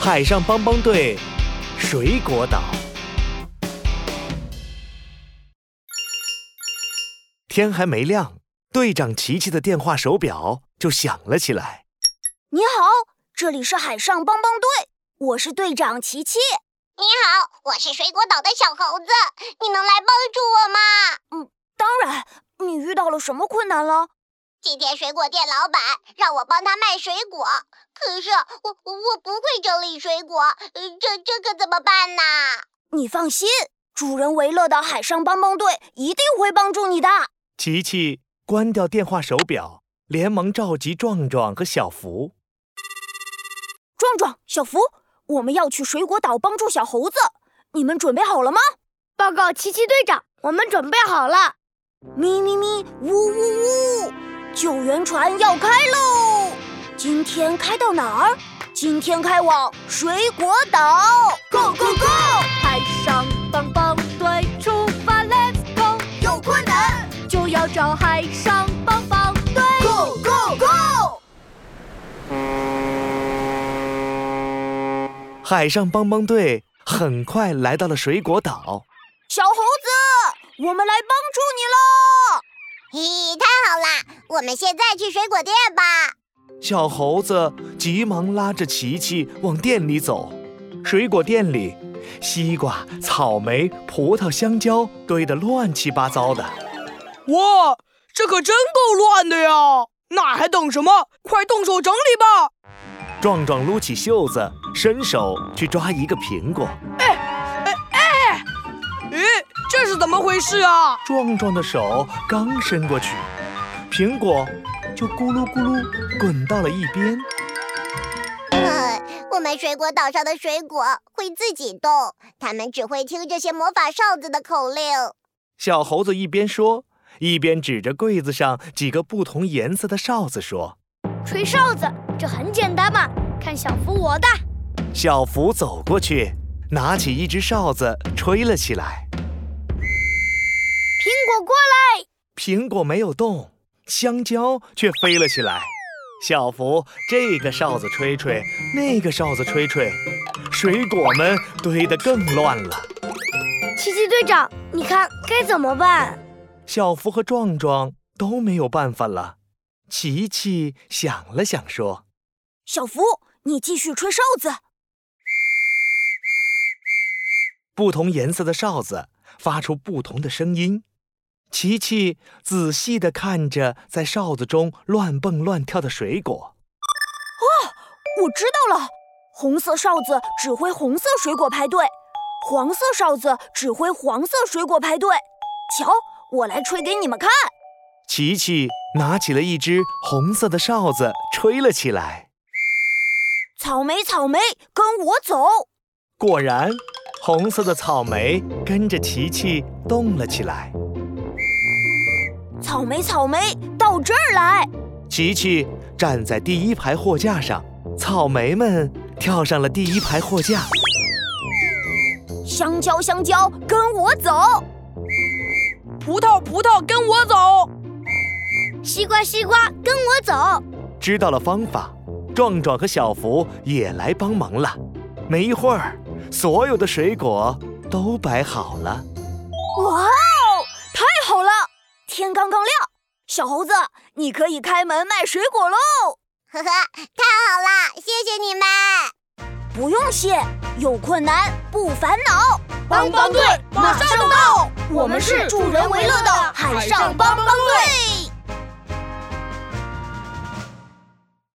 海上帮帮队，水果岛。天还没亮，队长琪琪的电话手表就响了起来。你好，这里是海上帮帮队，我是队长琪琪。你好，我是水果岛的小猴子，你能来帮助我吗？当然，你遇到了什么困难了？今天水果店老板让我帮他卖水果，可是我我我不会整理水果，呃这这可怎么办呢？你放心，主人维乐的海上帮帮队一定会帮助你的。琪琪关掉电话手表，连忙召集壮壮和小福。壮壮、小福，我们要去水果岛帮助小猴子，你们准备好了吗？报告奇奇队长，我们准备好了。咪咪咪，呜呜呜！救援船要开喽！今天开到哪儿？今天开往水果岛。Go go go！海上帮帮队出发，Let's go！有困难就要找海上帮帮队。 ，Go go go！海上帮帮队很快来到了水果岛。小猴子，我们来帮助你了。咦，太好啦！我们现在去水果店吧。小猴子急忙拉着琪琪往店里走。水果店里，西瓜、草莓、葡萄、香蕉堆得乱七八糟的。哇，这可真够乱的呀！那还等什么？快动手整理吧！壮壮撸起袖子，伸手去抓一个苹果。咦，这是怎么回事啊？壮壮的手刚伸过去，苹果就咕噜咕噜滚到了一边。呃，我们水果岛上的水果会自己动，它们只会听这些魔法哨子的口令。小猴子一边说，一边指着柜子上几个不同颜色的哨子说。吹哨子，这很简单嘛。看小福我的，小福走过去，拿起一只哨子吹了起来。苹果过来，苹果没有动，香蕉却飞了起来。小福这个哨子吹吹，那个哨子吹吹，水果们堆得更乱了。奇奇队长，你看该怎么办？小福和壮壮都没有办法了。琪琪想了想说小福，你继续吹哨子。：“不同颜色的哨子发出不同的声音。”琪琪仔细地看着在哨子中乱蹦乱跳的水果。我知道了，红色哨子指挥红色水果排队，黄色哨子指挥黄色水果排队。瞧，我来吹给你们看。琪琪拿起了一只红色的哨子，吹了起来。草莓，草莓，跟我走！果然，红色的草莓跟着琪琪动了起来。草莓，草莓，到这儿来！琪琪站在第一排货架上，草莓们跳上了第一排货架。香蕉，香蕉，跟我走！葡萄，葡萄，跟我走！西瓜，西瓜，跟我走。知道了方法，壮壮和小福也来帮忙了。没一会儿，所有的水果都摆好了。哇哦，太好了！天刚刚亮，小猴子，你可以开门卖水果喽！呵呵，太好啦！谢谢你们。不用谢，有困难不烦恼，帮帮队马上到！我们是助人为乐的海上帮帮队。